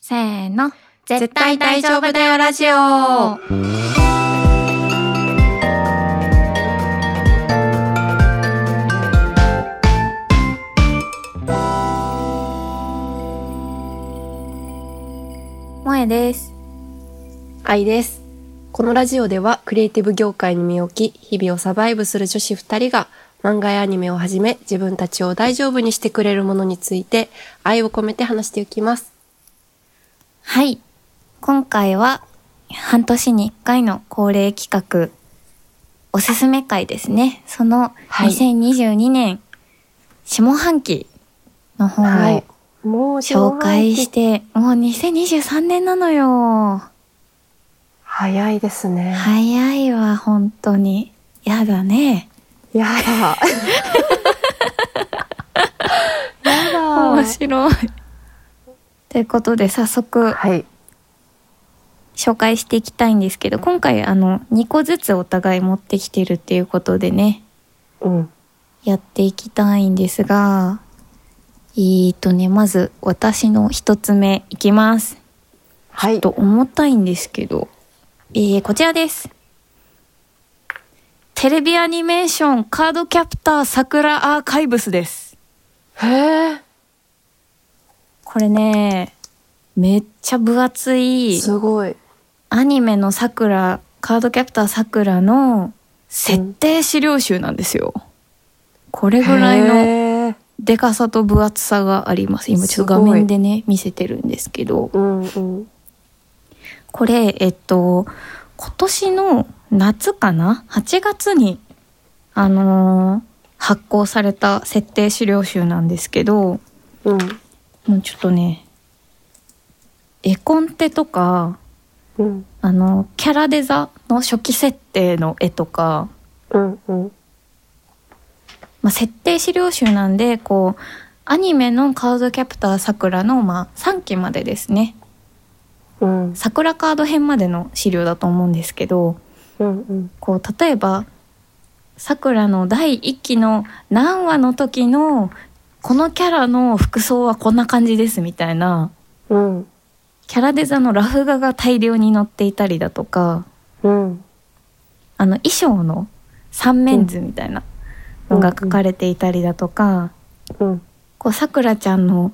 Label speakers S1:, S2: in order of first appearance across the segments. S1: せーの。
S2: 絶対大丈夫だよラジオ
S1: もえです。
S3: 愛です。このラジオではクリエイティブ業界に身を置き、日々をサバイブする女子二人が漫画やアニメをはじめ自分たちを大丈夫にしてくれるものについて愛を込めて話していきます。
S1: はい。今回は、半年に1回の恒例企画、おすすめ会ですね。その、
S3: はい
S1: 2022年、下半期の本を。
S3: もう
S1: 紹介して、もう2023年なのよ。
S3: 早いですね。
S1: 早いわ、本当に。やだね。
S3: やだ。やだ。
S1: 面白い。ということで、早速、
S3: はい。
S1: 紹介していきたいんですけど、今回、あの、2個ずつお互い持ってきてるっていうことでね、
S3: うん。
S1: やっていきたいんですが、えーとね、まず、私の一つ目いきます。
S3: はい
S1: と。重たいんですけど、えー、こちらです。テレビアニメーションカードキャプター桜アーカイブスです。
S3: へえ。
S1: これね、めっちゃ分厚い
S3: すごい。
S1: アニメの桜、カードキャプター桜の設定資料集なんですよ。これぐらいの
S3: へえ
S1: でかさと分厚さがあります。今ちょっと画
S3: すごい
S1: 面でね、見せてるんですけど。
S3: うんうん。
S1: これ、えっと、今年の夏かな ?8 月に、あのー発行された設定資料集なんですけど、
S3: うん。
S1: もうちょっとね、絵コンテとか、
S3: うん。
S1: あの、キャラデザの初期設定の絵とか、
S3: うんうん。
S1: まあ、設定資料集なんで、こう、アニメのカードキャプター桜の、まあ、3期までですね、
S3: うん。
S1: 桜カード編までの資料だと思うんですけど、
S3: うんうん。
S1: こう例えばさくらの第1期の何話の時のこのキャラの服装はこんな感じですみたいな
S3: うん。
S1: キャラデザのラフ画が大量に載っていたりだとか
S3: うん。
S1: あの衣装の三面図みたいなのが書かれていたりだとか、
S3: うん。
S1: こうさくらちゃんの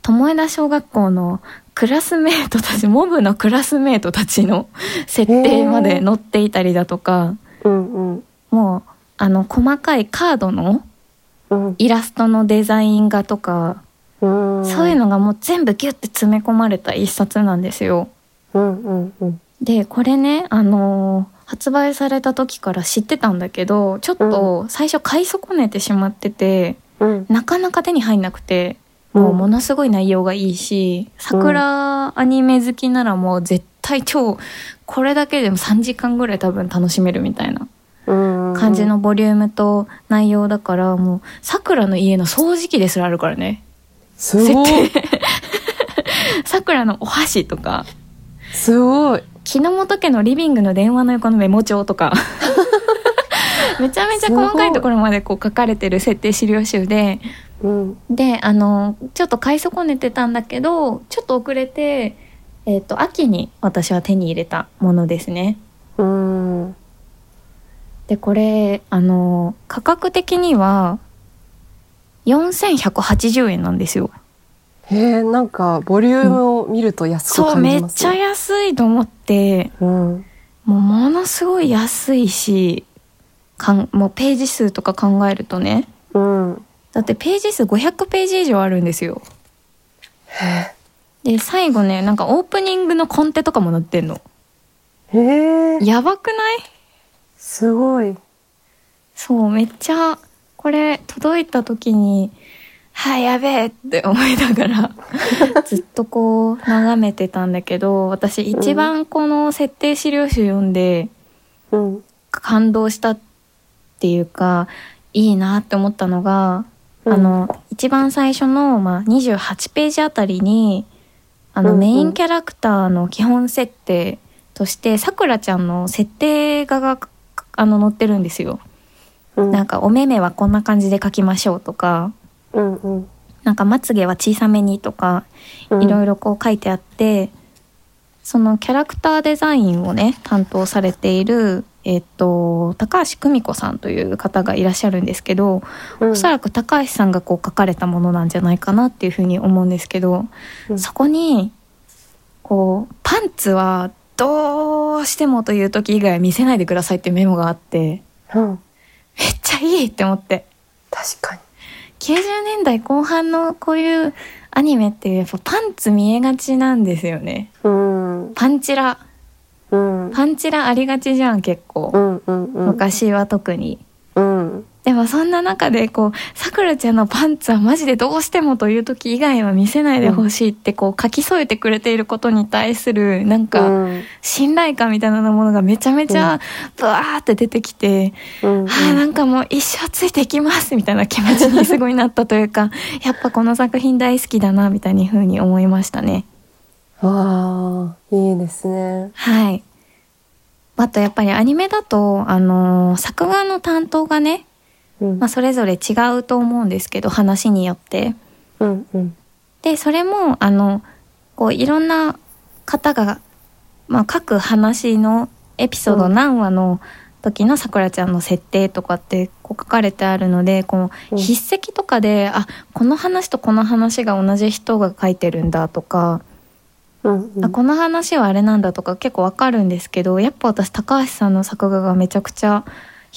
S1: 巴枝小学校のクラスメートたちモブのクラスメートたちの設定まで載っていたりだとか、
S3: うんうん。
S1: もうあの細かいカードの
S3: うん。
S1: イラストのデザイン画とか、
S3: そ
S1: そういうのがもう全部ギュッて詰め込まれた一冊なんですよ。
S3: うんうんうん
S1: でこれねあのー発売された時から知ってたんだけどちょっと最初買い損ねてしまってて、
S3: うん
S1: なかなか手に入んなくてもうものすごい内容がいいし桜アニメ好きならもう絶対超これだけでも3時間ぐらい多分楽しめるみたいな感じのボリュームと内容だからもう桜の家の掃除機ですらあるからね。
S3: すごい
S1: さくらのお箸とか
S3: すごい
S1: 木之本家のリビングの電話の横のメモ帳と かめちゃめちゃ細かいところまでこう書かれてる設定資料集で
S3: うん
S1: であのちょっと買い損ねてたんだけどちょっと遅れて、えっと秋に私は手に入れたものですね。
S3: うん
S1: でこれあの価格的には4180円なんですよ。
S3: へえなんかボリュームを見ると安く
S1: そう
S3: 感
S1: め
S3: じ
S1: っ
S3: ます
S1: ちゃ
S3: っ
S1: 安いと思って
S3: ちゃうん
S1: もうものすごい安いしかんもうページ数とか考えるとね
S3: うん
S1: だってページ数500ページ以上あるんですよ
S3: へ
S1: で最後ねなんかオープニングのコンテとかも載ってんの
S3: えへえ
S1: やばくない
S3: すごい
S1: そうめっちゃこれ届いた時に「はいやべえ」って思いながらずっとこう眺めてたんだけど私一番この設定資料集読んで
S3: うん
S1: 感動したっていうかいいなって思ったのがあの一番最初の、まあ、28ページあたりにあの、
S3: うんうん
S1: メインキャラクターの基本設定としてさくらちゃんの設定画があの載ってるんですよ。
S3: うん
S1: なんかお目目はこんな感じで描きましょうとか
S3: うんうん
S1: なんかまつげは小さめにとか
S3: うん
S1: いろいろこう書いてあって、そのキャラクターデザインをね担当されている、えっと高橋久美子さんという方がいらっしゃるんですけど、
S3: うん
S1: おそらく高橋さんがこう書かれたものなんじゃないかなっていうふうに思うんですけど、
S3: うん
S1: そこにこうパンツはどうしてもという時以外は見せないでくださいっていうメモがあって
S3: うん、
S1: めっちゃいいって思って
S3: 確かに。
S1: 90年代後半のこういうアニメってやっぱパンツ見えがちなんですよね
S3: うん、うん、
S1: パンチラ
S3: うん、
S1: パンチラありがちじゃん結
S3: う
S1: 構
S3: ん、うん、
S1: 昔は特に
S3: うん、
S1: でもそんな中でこうさくらちゃんのパンツはマジでどうしてもという時以外は見せないでほしいってこう書き添えてくれていることに対するなんか
S3: うん、
S1: 信頼感みたいなものがめちゃめち
S3: う
S1: ゃブワーって出てきて、
S3: うん、
S1: あーなんかもう一生ついていきますみたいな気持ちにすごいなったというかやっぱこの作品大好きだなみたいな風に思いましたね。
S3: わあ、いいですね。
S1: はい。あとやっぱりアニメだと、あのー作画の担当がね、
S3: うん
S1: まあ、それぞれ違うと思うんですけど話によって。
S3: うん、うん、
S1: でそれもあのこういろんな方が、まあ、各話のエピソード
S3: うん
S1: 何話の時のさくらちゃんの設定とかってこう書かれてあるのでこう
S3: う
S1: ん筆跡とかで、あこの話とこの話が同じ人が書いてるんだとか、
S3: うん、うん
S1: あこの話はあれなんだとか結構わかるんですけどやっぱ私高橋さんの作画がめちゃくちゃ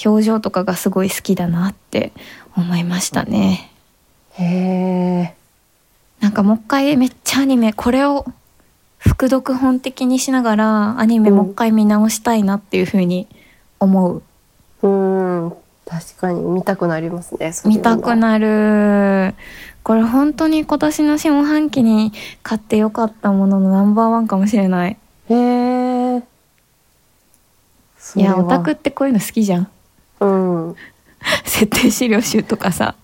S1: 表情とかがすごい好きだなって思いましたね。
S3: へえ、
S1: なんかもう一回めっちゃアニメこれを副読本的にしながらアニメ
S3: うん
S1: もう一回見直したいなっていうふうに思う、
S3: うん、確かに見たくなりますね。
S1: 見たく
S3: い。
S1: なるこれ本当に今年の下半期に買ってよかったもののナンバーワンかもしれない
S3: へえ。そ
S1: い
S3: れは
S1: やオタクっ。てこういうの好きじゃん
S3: うん、好
S1: 設定資料集とかさ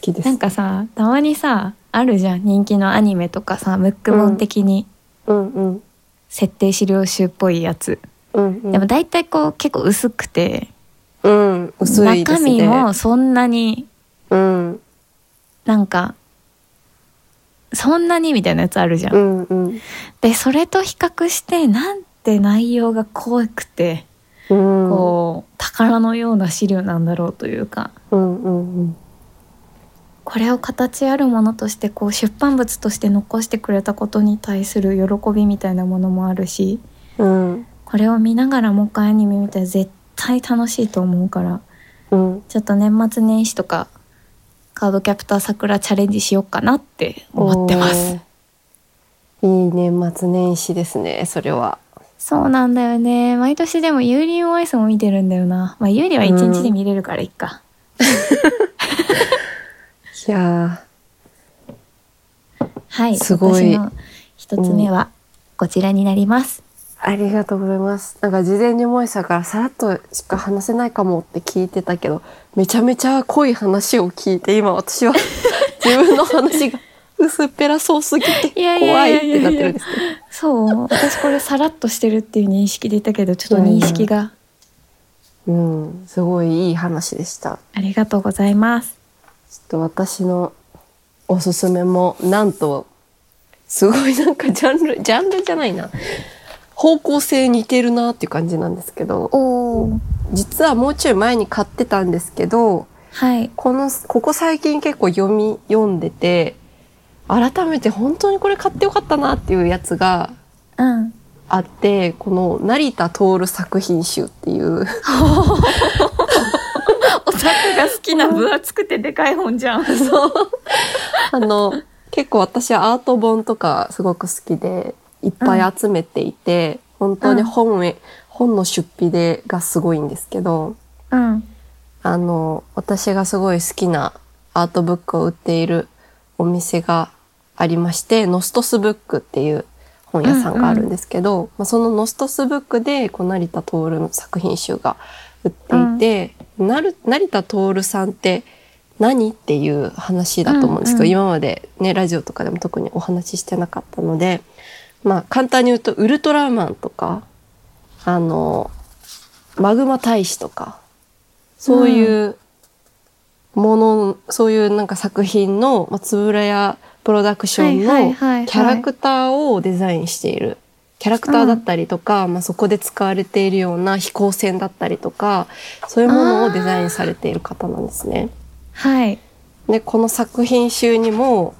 S3: きです。
S1: なんかさたまにさあるじゃん人気のアニメとかさムック本的に
S3: うん、うん、
S1: 設定資料集っぽいやつ、
S3: うん、うん
S1: でも大体こう結構薄くて
S3: うん、薄いで
S1: 中
S3: す
S1: 身
S3: ね。
S1: もそんなに
S3: うん、
S1: なんかそんなにみたいなやつあるじゃん。
S3: うん、うん、
S1: でそれと比較してなんて内容が濃くて、
S3: うん、
S1: こう宝のような資料なんだろうというか
S3: うん、うん、うん。
S1: これを形あるものとしてこう出版物として残してくれたことに対する喜びみたいなものもあるし
S3: うん、
S1: これを見ながらもう一回アニメ見たら絶対楽しいと思うから
S3: うん、
S1: ちょっと年末年始とかカードキャプター桜チャレンジしようかなって思ってます。
S3: おー。いい年末年始ですね、それは。
S1: そうなんだよね。毎年でもユーリンオアイスも見てるんだよな。まあユーリは一日で見れるからいっか。
S3: いや
S1: はい。
S3: すごい
S1: 私の一つ目はこちらになります。
S3: ー、ありがとうございます。なんか事前に萌えさんからさらっとしか話せないかもって聞いてたけど、めちゃめちゃ濃い話を聞いて、今私 は自分の話が薄っぺらそうすぎて
S1: いやい
S3: 怖
S1: やい
S3: い
S1: やい
S3: っ
S1: やいや
S3: てなってるんですけど。
S1: そう。私これさらっとしてるっていう認識でいたけど、ちょっと認識が
S3: うん、すごいいい話でした。
S1: ありがとうございます。
S3: ちょっと私のおすすめもなんとすごいなんかジャンルジャンルじゃないな方向性似てるなっていう感じなんですけど
S1: おお。
S3: 実はもうちょい前に買ってたんですけど
S1: はい。
S3: このここ最近結構読み読んでて改めて本当にこれ買ってよかったなっていうやつが
S1: うん。
S3: あってこの成田徹作品集っていう
S1: お酒が好きな分厚くてでかい本じゃ ん。
S3: そう。あの、結構私はアート本とかすごく好きで、いっぱい集めていて、本当に本へ、本の出費でがすごいんですけど、
S1: うん。
S3: あの、私がすごい好きなアートブックを売っているお店がありまして、ノストスブックっていう本屋さんがあるんですけど、まあ、そのノストスブックで、こう、成田徹の作品集が売っていて、なる成田徹さんって何っていう話だと思うんです
S1: う
S3: けど、
S1: んうん
S3: 今までね、ラジオとかでも特にお話ししてなかったので、まあ、簡単に言うと、ウルトラマンとか、あの、マグマ大使とか、そういう、もの、そういうなんか作品の、まあ、つぶらやプロダクション
S1: はいはい
S3: の
S1: はいはい
S3: キャラクターをデザインしている。キャラクターだったりとか、まあ、そこで使われているような飛行船だったりとか、そういうものをデザインされている方なんですね。
S1: はい。
S3: で、この作品集にも、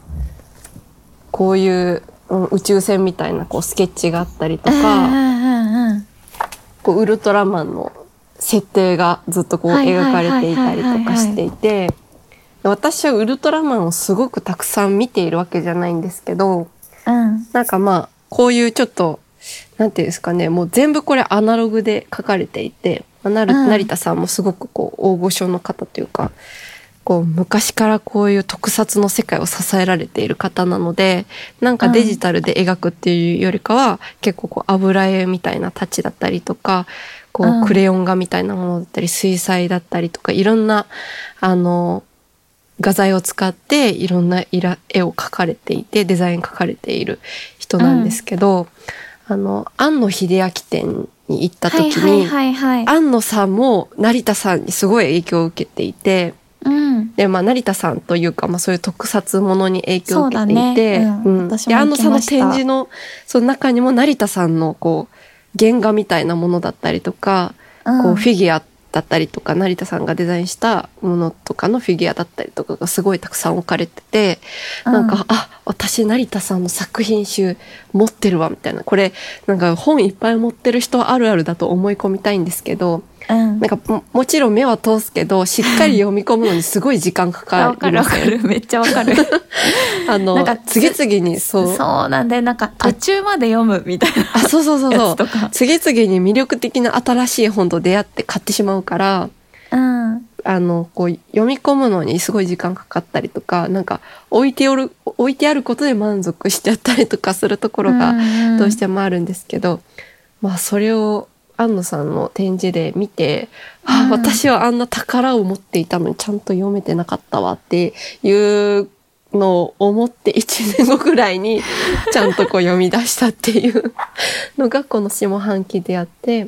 S3: こういう、うん宇宙船みたいなこうスケッチがあったりとか、
S1: うんうん
S3: こうウルトラマンの設定がずっとこう
S1: はいはい
S3: 描か
S1: はい
S3: れていたりとかしていてで私はウルトラマンをすごくたくさん見ているわけじゃないんですけど
S1: うん。うん。
S3: なんかまあこういうちょっとなんていうんですかねもう全部これアナログで書かれていて、まあなる
S1: うん
S3: 成田さんもすごくこう大御所の方というかこう昔からこういう特撮の世界を支えられている方なのでなんかデジタルで描くっていうよりかは、結構こう油絵みたいなタッチだったりとかこ
S1: うん
S3: うクレヨン画みたいなものだったり水彩だったりとかいろんなあの画材を使っていろんなイラ絵を描かれていてデザイン描かれている人なんですけど、あの庵野秀明展に行った時
S1: はいは
S3: に、
S1: いはいはい。
S3: 庵野さんも成田さんにすごい影響を受けていて
S1: うん。
S3: で、まあ、成田さんというか、まあ、そういう特撮ものに影響を受けていて
S1: そうだねうん
S3: で
S1: 私も行
S3: 庵
S1: きま
S3: 野
S1: した
S3: さんの展示のその中にも成田さんのこう原画みたいなものだったりとか、こうフィギュアだったりとか成田さんがデザインしたものとかのフィギュアだったりとかがすごいたくさん置かれてて、なんか、あ、私、成田さんの作品集持ってるわ、みたいな。これ、なんか本いっぱい持ってる人あるあるだと思い込みたいんですけど、
S1: うん。
S3: なんかも、もちろん目は通すけど、しっかり読み込むのにすごい時間か
S1: あ
S3: か
S1: わか
S3: り
S1: るわ
S3: ま
S1: か
S3: せん。
S1: る。めっちゃわか る。な
S3: あの
S1: んか、
S3: 次々にそう。
S1: そうなんだよ。なんか途中まで読むみたい
S3: あ、そうそうそう
S1: な
S3: そ
S1: や
S3: う
S1: つ。とか。
S3: 次々に魅力的な新しい本と出会って買ってしまうから、
S1: うん。
S3: あの、こう、読み込むのにすごい時間かかったりとか、なんか、置いておる、置いてあることで満足しちゃったりとかするところが、
S1: が
S3: どうしてもあるんですけど、まあそれを安野さんの展示で見て、あ
S1: うん
S3: あ私はあんな宝を持っていたのにちゃんと読めてなかったわっていうのを思って1年後ぐらいにちゃんとこう読み出したっていうのがこの下半期であって、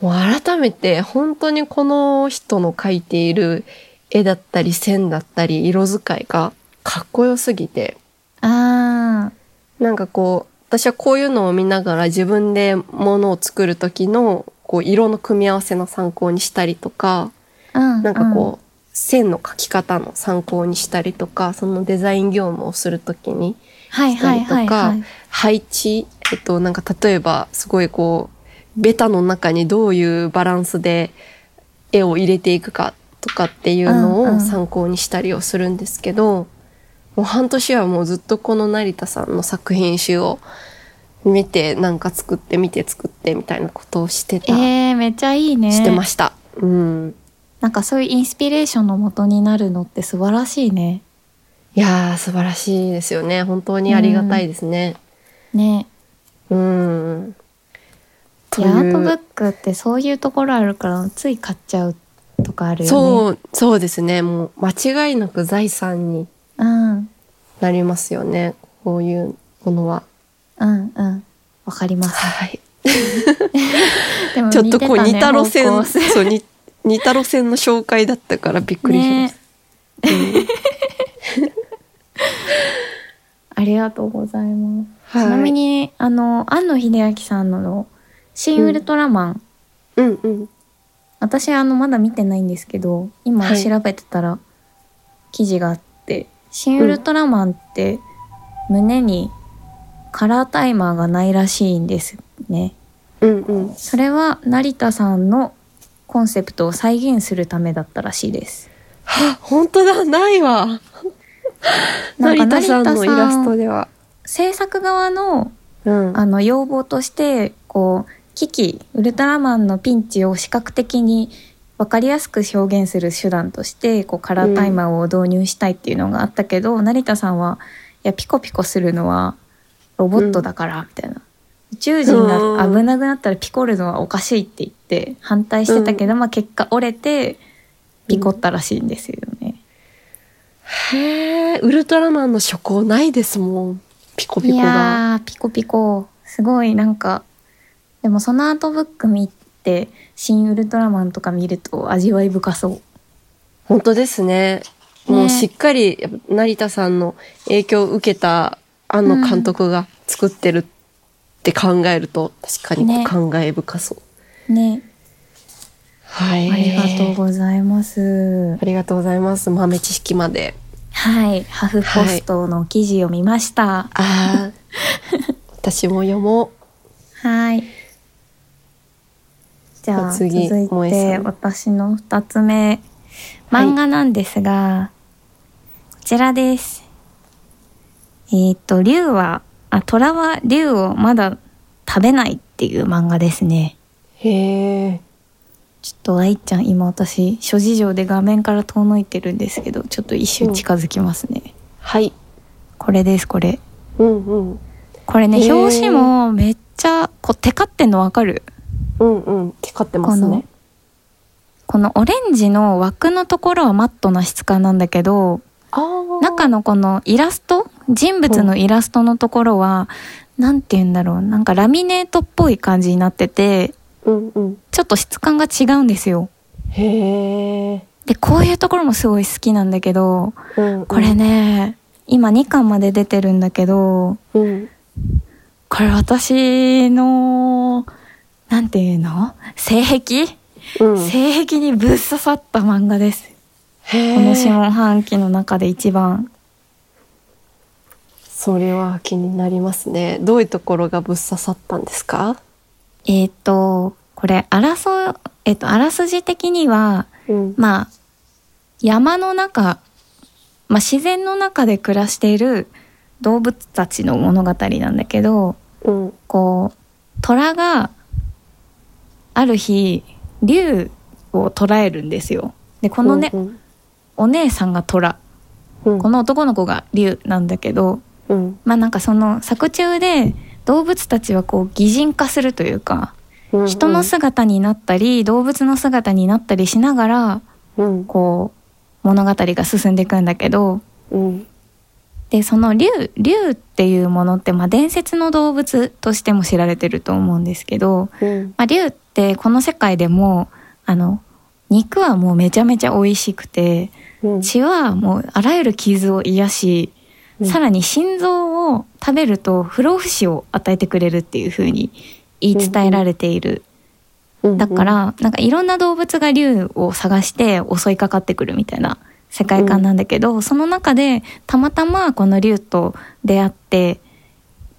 S3: もう改めて本当にこの人の描いている絵だったり線だったり色使いがかっこよすぎて、
S1: あ
S3: なんかこう、私はこういうのを見ながら自分で物を作る時の、こう、色の組み合わせの参考にしたりとか、
S1: あ。うん。
S3: なんかこう、線の描き方の参考にしたりとか、そのデザイン業務をするときに、
S1: うん。はいはいはいは
S3: し
S1: い。
S3: 配置、えっと、なんか例えば、すごいこう、ベタの中にどういうバランスで絵を入れていくかとかっていう
S1: うん
S3: の
S1: う
S3: を
S1: ん
S3: 参考にしたりをするんですけど、もう半年はもうずっとこの成田さんの作品集を見て、なんか作って、見て作ってみたいなことをしてた、
S1: えー、めっちゃいいね。
S3: してました。うん。
S1: なんかそういうインスピレーションの元になるのって素晴らしいね。
S3: いやー、素晴らしいですよね。本当にありがたいですね。
S1: ね。
S3: うん。
S1: い
S3: とい
S1: やアート
S3: う
S1: ブックってそういうところあるからつい買っちゃうとかあるよね。う。
S3: そう、そうですね。もう間違いなく財産に
S1: うん。うん
S3: なりますよね。こういうものは。
S1: うん。わかります。
S3: はい。
S1: でも
S3: ちょっとこう似た路線、
S1: 方向性
S3: そう、に似 た路線の紹介だったからびっくりしま
S1: ね
S3: す。うん
S1: ありがとうございます。
S3: はい
S1: ちなみに、あの、庵野秀明さんの、新ウルトラマン、
S3: うんうん。
S1: 私、あの、まだ見てないんですけど、今
S3: はい
S1: 調べてたら、記事があって、新ウルトラマンって、胸にカラータイマーがないらしいんですね。
S3: うんうん。
S1: それは、成田さんのコンセプトを再現するためだったらしいです。
S3: は、本当だ、ないわ。
S1: なんか
S3: 成田さんの
S1: 成
S3: イ
S1: 田さん
S3: ラストでは。
S1: 制作側の
S3: うん。
S1: あの要望としてこう危機ウルトラマンのピンチを視覚的に分かりやすく表現する手段としてこうカラータイマーを導入したいっていうのがあったけど、成田さんはいやピコピコするのはロボットだからみたいな、宇宙人が危なくなったらピコるのはおかしいって言って反対してたけど、まあ、結果折れてピコったらしいんですよね。
S3: へえ、ウルトラマンの初行ないですもん。ピコピ
S1: い
S3: コが。
S1: やーピコピコすごいなんかでもそのアートブック見て「新ウルトラマン」とか見ると味わい深そう
S3: 本当ですね。
S1: ね
S3: もうしっかり、やっぱ成田さんの影響を受けた、庵野監督が作ってるって考えると、確かに
S1: ね
S3: 感慨深そう。
S1: ね、
S3: はい。
S1: ありがとう
S3: う。
S1: ございます
S3: あ。りがとうございます。豆知識まで。
S1: はい、ハフポストの記事を見ました。
S3: ああ。私も読も
S1: はい。じゃあ続
S3: 次
S1: い
S3: 萌え
S1: て
S3: さん
S1: 私の二つ目
S3: はい
S1: 漫画なんですが、こちらです。えーっと竜はあ虎は竜をまだ食べないっていう漫画ですね。
S3: う。へえ。
S1: ちょっと愛ちゃん今私諸事情で画面から遠のいてるんですけどちょっと一瞬近づきますね。
S3: はい。
S1: これですこれ。
S3: うんうん。
S1: これね、
S3: へー
S1: 表紙もめっちゃこうテカってんのわかる
S3: うんうん。テカってますね。
S1: このオレンジの枠のところはマットな質感なんだけど
S3: ああ。
S1: 中のこのイラスト人物のイラストのところはなんて言うんだろうなんかラミネートっぽい感じになってて
S3: うんうん。
S1: ちょっと質感が違うんですよ。
S3: へえ。
S1: でこういうところもすごい好きなんだけど
S3: うんうん
S1: これ。ね今2巻まで出てるんだけど
S3: うん。
S1: これ私のなんていうの性癖
S3: うん。
S1: 性癖にぶっ刺さった漫画です。
S3: へ
S1: この
S3: え。
S1: 下半期の中で一番。
S3: それは気になりますね。どういうところがぶっ刺さったんですか。
S1: えっ、と、これ、争う、えっ、と、あらすじ的には、
S3: うん。
S1: まあ、山の中、まあ自然の中で暮らしている動物たちの物語なんだけど、
S3: うん。
S1: こう、虎が、ある日、竜を捕らえるんですよ。で、このね、
S3: うん
S1: お姉さんが虎。
S3: うん。
S1: この男の子が竜なんだけど、
S3: うん。
S1: まあなんかその作中で動物たちはこう擬人化するというか
S3: うん。
S1: 人の姿になったり動物の姿になったりしながら
S3: うん。
S1: こう物語が進んでいくんだけど
S3: うん。
S1: でその竜竜っていうものってまあ伝説の動物としても知られてると思うんですけど、
S3: うん。
S1: まあ、竜ってこの世界でもあの肉はもうめちゃめちゃ美味しくて
S3: うん。
S1: 血はもうあらゆる傷を癒し
S3: うん
S1: さらに心臓を食べると不老不死を与えてくれるっていう風に言い伝えられている。
S3: うん
S1: だか。ら、なんかいろんな動物が竜を探して襲いかかってくるみたいな世界観なんだけど、その中でたまたまこの竜と出会って、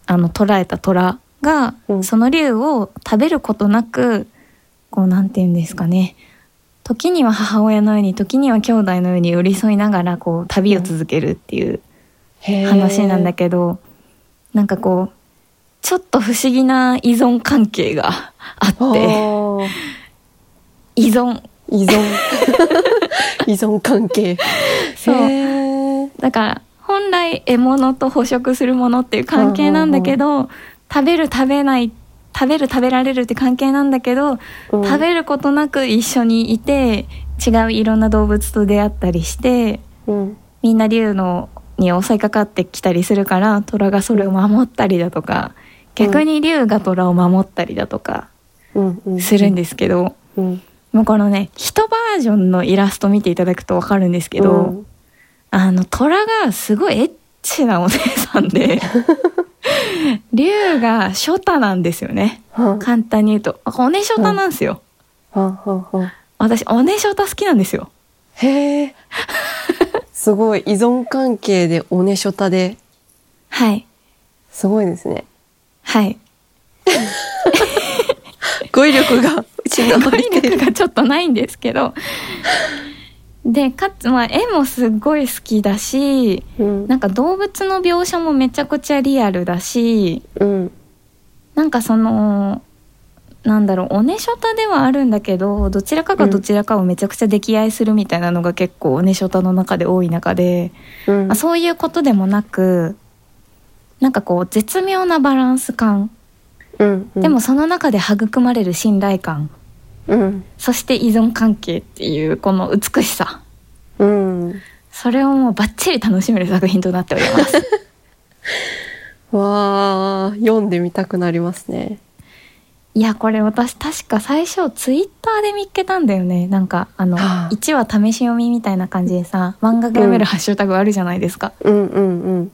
S1: あの、捕らえた虎が、
S3: うん
S1: その竜を食べることなく、こうなんて言うんですかね。時には母親のように、時には兄弟のように寄り添いながら、こう旅を続けるっていう。
S3: へー
S1: 話なんだけど、なんかこうちょっと不思議な依存関係があ
S3: あ
S1: って
S3: ー
S1: 依存
S3: 依存。 依存関係。
S1: そう
S3: へー
S1: だから本来獲物と捕食するものっていう関係なんだけど、食べる食べない食べる食べられるって関係なんだけど、
S3: うん
S1: 食べることなく一緒にいて違ういろんな動物と出会ったりして
S3: うん。
S1: みんな竜のに襲いかかってきたりするから虎がそれを守ったりだとか逆に竜が虎を守ったりだとか。
S3: うん。うん。
S1: するんですけど、
S3: うん。
S1: もうこのね一バージョンのイラスト見ていただくと分かるんですけど、
S3: うん。
S1: あの虎がすごいエッチなお姉さんで竜がショタなんですよね
S3: はん
S1: 簡単に言うとおねショタなんですよ、
S3: はんはんはん。
S1: 私おねショタ好きなんですよ
S3: へえ。すごい依存関係でおねしょたで。
S1: はい
S3: すごいですね。
S1: はい
S3: 語彙力が失わ
S1: 語
S3: れ
S1: 彙
S3: て
S1: 力
S3: る。
S1: がちょっとないんですけどでかつまあ絵もすごい好きだし
S3: うん
S1: なんか動物の描写もめちゃくちゃリアルだし
S3: うん。
S1: なんかそのなんだろうおねしょたではあるんだけどどちらかがどちらかをめちゃくちゃ溺愛するみたいなのが結構おねしょたの中で多い中で、
S3: うん
S1: あそういうことでもなくなんかこう絶妙なバランス感、
S3: うん。うん
S1: でも、その中で育まれる信頼感
S3: うん。
S1: そして依存関係っていうこの美しさ
S3: うん。
S1: それをもうバッチリ楽しめる作品となっております
S3: わあ、読んでみたくなりますね。
S1: いやこれ私確か最初ツイッターで見っけたんだよねなんかあの
S3: はあ
S1: 1話試し読みみたいな感じでさ漫画が読めるハッシュタグあるじゃないですか。
S3: うんうんうん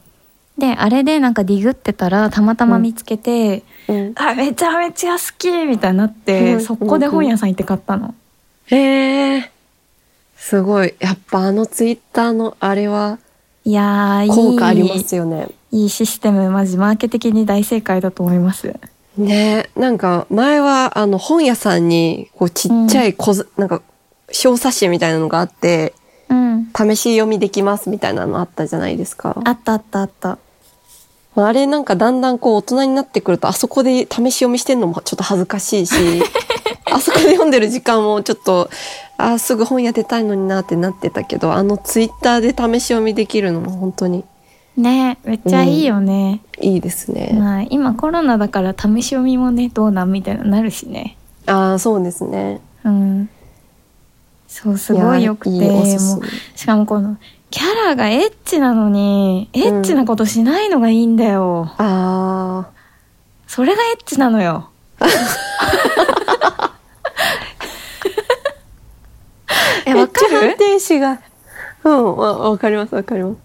S1: であれでなんかディグってたらたまたま見つけて、
S3: うん。
S1: あめちゃめちゃ好きみたいになって、
S3: うん
S1: そこで本屋さん行って買ったの。
S3: へえ。すごい。やっぱあのツイッターのあれはい
S1: やーいい
S3: 効果ありますよね。
S1: いいシステムマジマーケ的に大正解だと思います。
S3: ねえなんか前はあの本屋さんにこうちっちゃい小ず、なんか小冊子みたいなのがあって、
S1: うん、
S3: 試し読みできますみたいなのあったじゃないですか。
S1: あったあったあった。
S3: あれなんかだんだんこう大人になってくると、あそこで試し読みしてんのもちょっと恥ずかしい し、あそこで読んでる時間もちょっと、あすぐ本屋出たいのになってなってたけど、あのツイッターで試し読みできるのも本当に
S1: ねめっちゃいいよね。
S3: いいですね。
S1: まあ今コロナだから試し読みもねどうなんみたいななるしね。
S3: ああ、そうですね。
S1: うん。そうすごいよくて
S3: やいいおすす
S1: も
S3: め
S1: うしかもこのキャラがエッチなのにエッチなことしないのがいいんだよ。
S3: ああ、
S1: それがエッチなの よ。え、わか
S3: エッチ
S1: る
S3: 判定詞が。うん、わわかりますわかります。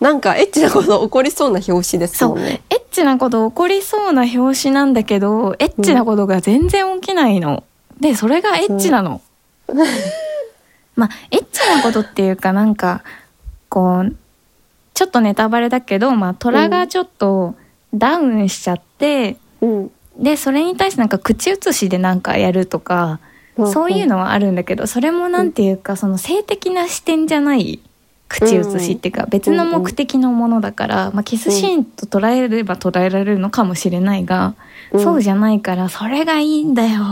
S3: なんかエッチなこと起こりそうな表紙です
S1: そ
S3: も
S1: う。
S3: ん
S1: エ
S3: ね。
S1: ッチなこと起こりそうな表紙なんだけど、エッチなことが全然起きないの。で、それがエッチなの。まあ、エッチなことっていうかなんか、こう、ちょっとネタバレだけど、まあ、虎がちょっとダウンしちゃって、
S3: うん。
S1: で、それに対してなんか口移しでなんかやるとか、そういう
S3: の。
S1: のはあるんだけどそれもなんていうかその性的な視点じゃない口移しっていうか別の目的のものだからまあキスシーンと捉えれば捉えられるのかもしれないが
S3: うん
S1: そうじゃないからそれがいいんだよ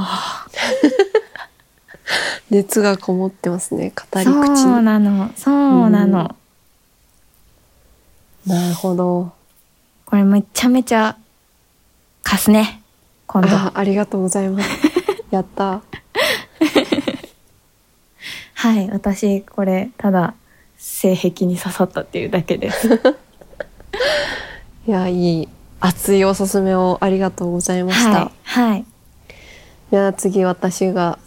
S3: 熱がこもってますね。語り口
S1: そ
S3: に。
S1: うなのそうな
S3: うん
S1: の
S3: なるほど。
S1: これめちゃめちゃ貸すね今度
S3: あありがとうござ います。やった。
S1: はい私これただ性癖に刺さったっていうだけです
S3: いや、いい。熱いおすすめをありがとうございました。
S1: はいはい
S3: い、や、次私が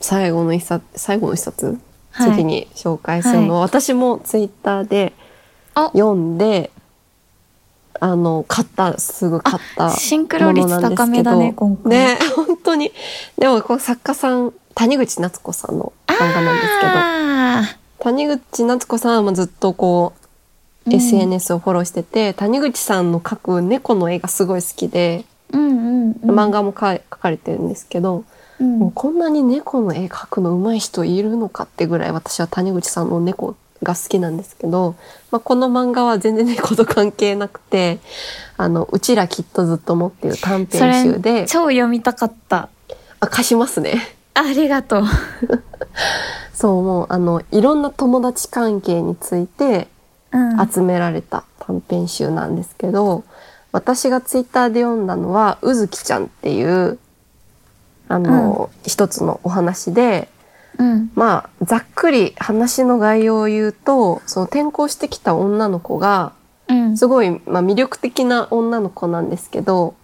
S3: 最後の一冊、最後の一冊、
S1: はい
S3: 次に紹介するのは、私もツイッターで
S1: お
S3: 読んで、あの、買った、すぐ買った。
S1: シンクロ率高めだね今回
S3: ね、本当に。でも、こう作家さん、谷口夏子さんの漫画なんですけど、
S1: あー
S3: 谷口夏子さんはもうずっとこう、
S1: うん
S3: SNS をフォローしてて、谷口さんの描く猫の絵がすごい好きで、
S1: うんうんうん、
S3: 漫画もか描かれてるんですけど、
S1: うん
S3: もうこんなに猫の絵描くの上手い人いるのかってぐらい私は谷口さんの猫が好きなんですけど、まあ、この漫画は全然猫と関係なくて、あの、うちらきっとずっともっていう短編集で、
S1: 超読みたかった
S3: あ、貸しますね。
S1: ありがとう
S3: そう、もうあの、いろんな友達関係について、
S1: うん
S3: 集められた短編集なんですけど、私がツイッターで読んだのは、うずきちゃんっていう、あの、一つのお話で、
S1: うん
S3: まあ、ざっくり話の概要を言うと、その転校してきた女の子が、
S1: うん
S3: すごい、まあ、魅力的な女の子なんですけど、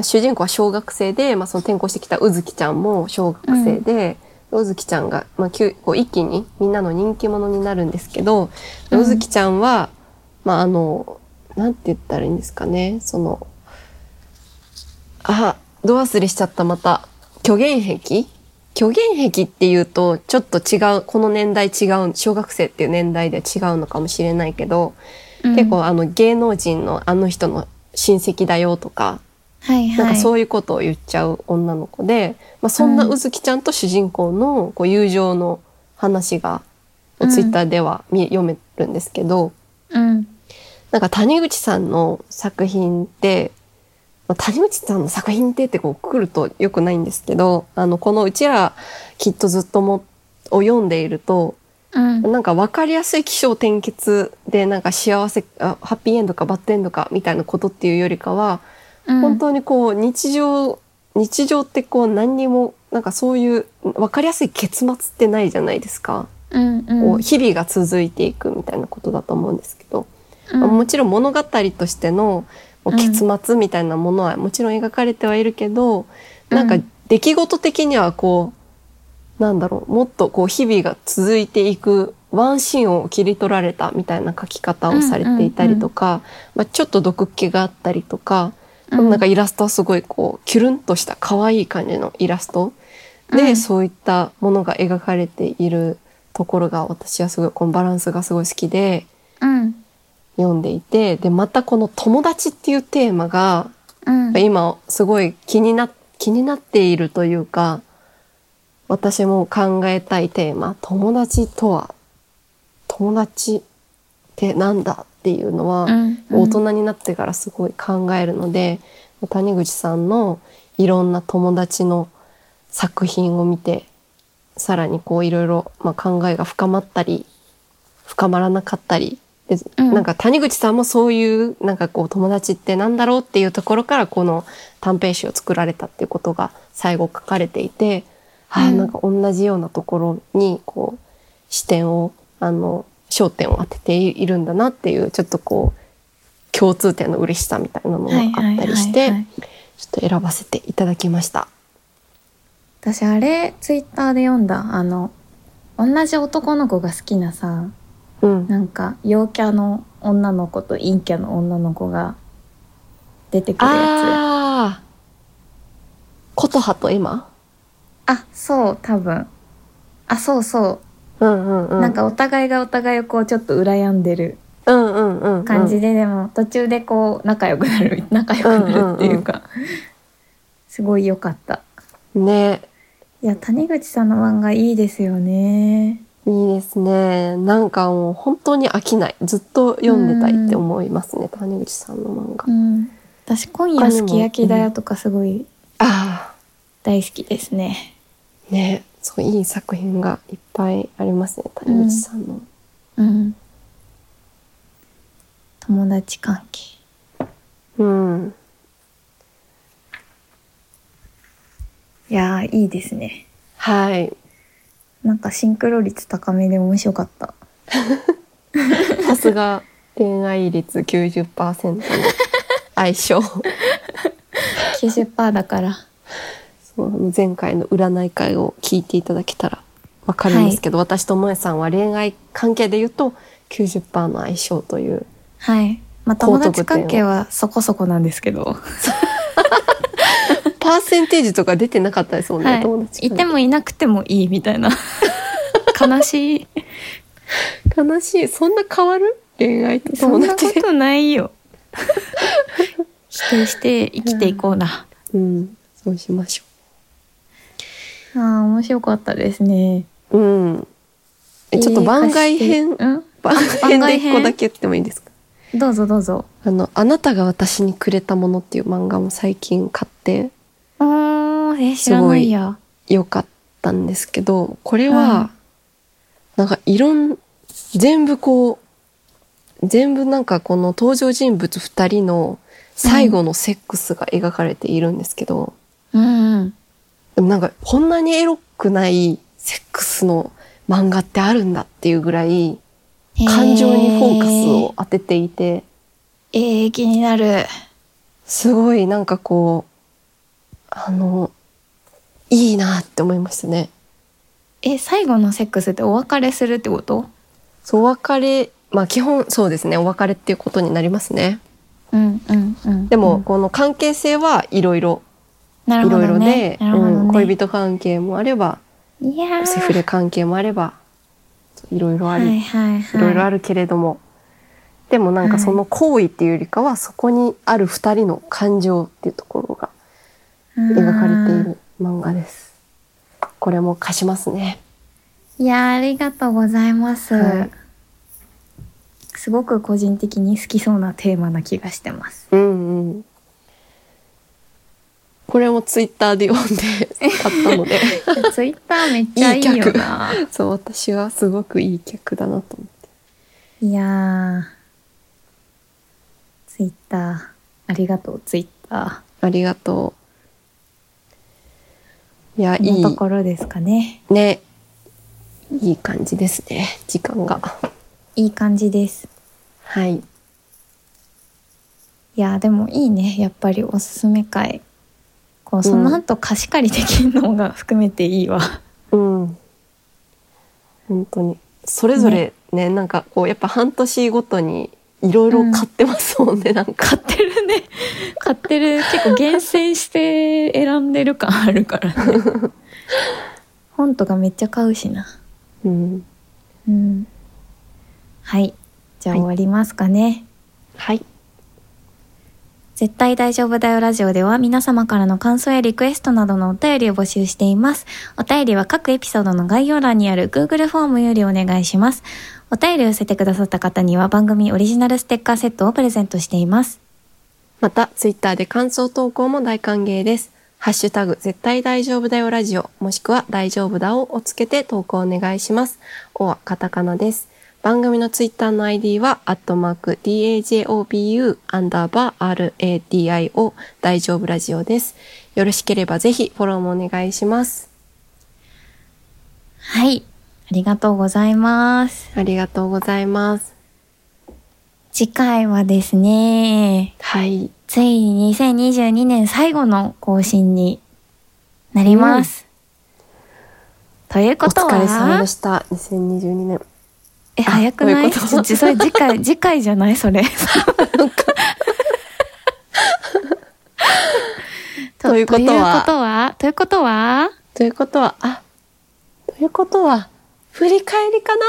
S3: 主人公は小学生で、まあ、その転校してきたうずきちゃんも小学生で、うずきちゃんが、まあ、急こう一気にみんなの人気者になるんですけど、
S1: う
S3: うんずきちゃんは、まあ、あの、なんて言ったらいいんですかね、その、あ、ど忘れしちゃった、また。虚言癖虚言癖っていうと、ちょっと違う、この年代違う、小学生っていう年代では違うのかもしれないけど、
S1: うん
S3: 結構あの芸能人のあの人の親戚だよとか、
S1: はいはい
S3: なんかそういうことを言っちゃう女の子で、まあ、そんなうずきちゃんと主人公のこう友情の話が、
S1: うん
S3: ツイッターでは見読めるんですけど、
S1: うん
S3: なんか谷口さんの作品って、まあ、谷口さんの作品ってってこう来ると良くないんですけど、あの、このうちらきっとずっともを読んでいると、
S1: うん
S3: なんか分かりやすい気象転結でなんか幸せあハッピーエンドかバッドエンドかみたいなことっていうよりかは、
S1: うん
S3: 本当にこう日常日常ってこう何にもなんかそういう分かりやすい結末ってないじゃないですか、
S1: うんうん
S3: こう日々が続いていくみたいなことだと思うんですけど、
S1: うん
S3: もちろん物語としてのもう結末みたいなものはもちろん描かれてはいるけど、なんか
S1: うん
S3: 出来事的にはこう、なんだろう、もっとこう日々が続いていくワンシーンを切り取られたみたいな書き方をされていたりとか、まあ、ちょっと毒気があったりとか、でもなんかイラストはすごいこう、キュルンとした可愛い感じのイラストで、
S1: うん
S3: そういったものが描かれているところが私はすごい、このバランスがすごい好きで
S1: うん
S3: 読んでいて、で、またこの友達っていうテーマが、
S1: うん
S3: 今すごい気にな、気になっているというか、私も考えたいテーマ、友達とは、友達ってなんだっていうのは、
S1: うん
S3: 大人になってからすごい考えるので、谷口さんのいろんな友達の作品を見て、さらにこういろいろ、まあ、考えが深まったり、深まらなかったり、で
S1: うん
S3: なんか谷口さんもそういう、なんかこう友達ってなんだろうっていうところからこの短編集を作られたっていうことが最後書かれていて、はあ、
S1: うん
S3: なんか同じようなところに、こう、視点を、あの、焦点を当てているんだなっていう、ちょっとこう、共通点の嬉しさみたいなのもあったりし
S1: はいはいはいは
S3: て
S1: い、
S3: ちょっと選ばせていただきました。
S1: 私あれツイッターで読んだあの同じ男の子が好きなさ
S3: うん。
S1: なんか陽キャの女の子と陰キャの女の子が出てくるやつ
S3: ああ。琴葉とエマ
S1: あそう多分あそうそう
S3: うんうんうん。
S1: なん、かお互いがお互いをこうちょっと羨んでる
S3: うんうんうんうん。
S1: 感じで、でも途中でこう仲良くなる仲良くなるっていうか、すごい良かった
S3: ね。
S1: いや谷口さんの漫画いいですよね
S3: いいですね。なんかもう本当に飽きない。ずっと読んでたいって思いますね。谷口さんの漫画。
S1: うん私今
S3: 他
S1: 夜
S3: に
S1: す
S3: も
S1: き焼きだよとかすごい
S3: あ
S1: 大好きですね
S3: あ。ね。そう、いい作品がいっぱいありますね。谷口さんの。
S1: うん友達関係
S3: うん。
S1: いやーいいですね
S3: はい。
S1: なんかシンクロ率高めで面白かった
S3: さすが恋愛率90%の相 性。
S1: 90%だから
S3: そうあの前回の占い会を聞いていただけたらわかるんですけど、私と萌さんは恋愛関係で言うと90%の相性という。
S1: はいまあ友達関係はそこそこなんですけど
S3: パーセンテージとか出てなかったですもんね、
S1: はい
S3: 友達
S1: い
S3: 関
S1: てもいなくてもいいみたい な悲しい
S3: 係悲しい。そんな変わる恋愛と
S1: そ
S3: 友
S1: んなこ
S3: 達で。
S1: とないよ否定して生きていこうな、
S3: うん。そうしましょ
S1: あー面白かったですね
S3: う。うん。え、ちょっと番外
S1: いい
S3: 編、
S1: 歌詞
S3: 番外
S1: 番
S3: 編で
S1: 外
S3: 一
S1: 編
S3: 個だけ言ってもいいですか
S1: うんどうぞどうぞ
S3: あの、あなたが私にくれたものっていう漫画も最近買って、
S1: あーえ知らないや
S3: 良かったんですけど、これは、なんかいろん、全部こう、全部なんかこの登場人物二人の最後のセックスが描かれているんですけど、
S1: うんうん
S3: でもなんかこんなにエロくないセックスの漫画ってあるんだっていうぐらい、
S1: へー
S3: 感情にフォーカスを当てていて、
S1: えー、気になる
S3: すごいなんかこう、あの、いいなって思いましたね。
S1: え最後のセックスってお別れするってこと
S3: そう、お別れ、まあ基本そうですね、お別れっていうことになりますね。
S1: うんうんうん
S3: でも、
S1: うん
S3: この関係性はいろいろ、
S1: ないるほ
S3: ろい
S1: ど
S3: ろ
S1: ね
S3: で、
S1: なるほどね
S3: うん恋人関係もあれば、
S1: いやー
S3: セフレ関係もあれば、いろいろあり、
S1: はい
S3: い
S1: はいはい
S3: ろいろあるけれども、でもなんかその行為っていうよりかは、そこにある二人の感情っていうところが描かれている漫画です。これも貸しますね。
S1: いやーありがとうございます、
S3: はい
S1: すごく個人的に好きそうなテーマな気がして ます
S3: うんうん。これもツイッターで読んで買ったので、
S1: ツイッターめっちゃいいよな。
S3: そう、私はすごくいい客だなと思って。
S1: いやー。ツイッター。ありがとう、ツイッタ
S3: ありがとう。いや、
S1: ー。
S3: い
S1: こんなと
S3: い。
S1: ころですかね。
S3: ね。いい感じですね。時間が。
S1: いい感じです。
S3: はい。
S1: いやー、でもいいね。やっぱりおすすめ会。こうその後貸し借りできるのが含めていいわ。
S3: うん。本当に。それぞれね、なんかこう、やっぱ半年ごとにいろいろ買ってますもんね、なんか。
S1: 買ってるね。買ってる。結構厳選して選んでる感あるからね。本とかめっちゃ買うしな。
S3: うん。
S1: うん。はい。じゃあ
S3: は
S1: 終
S3: い
S1: わりますかね。
S3: はい。
S1: 絶対大丈夫だよラジオでは皆様からの感想やリクエストなどのお便りを募集しています。お便りは各エピソードの概要欄にある Google フォームよりお願いします。お便りを寄せてくださった方には番組オリジナルステッカーセットをプレゼントしています。
S3: また、ツイッターで感想投稿も大歓迎です。ハッシュタグ、絶対大丈夫だよラジオ、もしくは大丈夫だををつけて投稿お願いします。おはカタカナです。番組のツイッターの ID は、アットマーク、DAJOBU、アンダーバー、RADIO、大丈夫ラジオです。よろしければぜひフォローもお願いします。
S1: はい。ありがとうございます。
S3: ありがとうございます。
S1: 次回はですね、
S3: はい。
S1: ついに2022年最後の更新になります。という
S3: お
S1: ことは、
S3: 疲れ様でした。2022年。
S1: え、早くな
S3: どうい
S1: いう
S3: こと
S1: ちょちょそれ次 回、次回じゃないそれ。
S3: ということは
S1: ということは
S3: ということは、あ、ということは、振り返りかな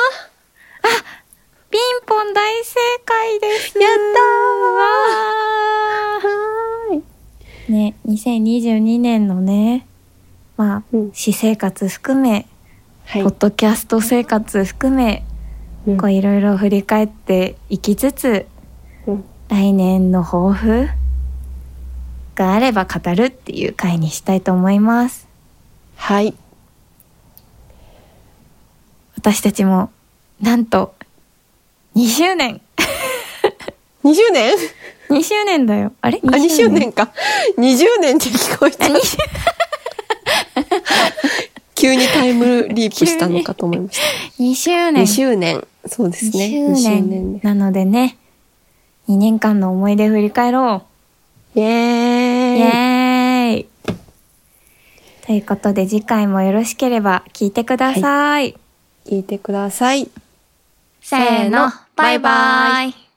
S1: ピンポン大正解です。
S3: やっ
S1: わ
S3: はーい。
S1: ーね、2022年のね、まあ、
S3: うん
S1: 私生活含め、
S3: はい
S1: ポッドキャスト生活含め、
S3: うん
S1: こういろいろ振り返っていきつつ、
S3: うん
S1: 来年の抱負があれば語るっていう回にしたいと思います。
S3: はい。
S1: 私たちも、なんと、2周年
S3: 20年
S1: !2 周年だよ。あれ
S3: あ、2周年か。20年って聞こえた
S1: あ。二周
S3: 急にタイムリープしたのかと思いまし
S1: ?2 周
S3: た。
S1: 年。
S3: 2周年。そうですね。
S1: 2
S3: 2周
S1: 周
S3: 年
S1: 年
S3: ね。
S1: なのでね、2年間の思い出振り返ろ
S3: イ
S1: う。
S3: ェーイ
S1: イエーイということで次回もよろしければ聞いてください
S3: 聞いてください。
S2: せーの、バイバイ。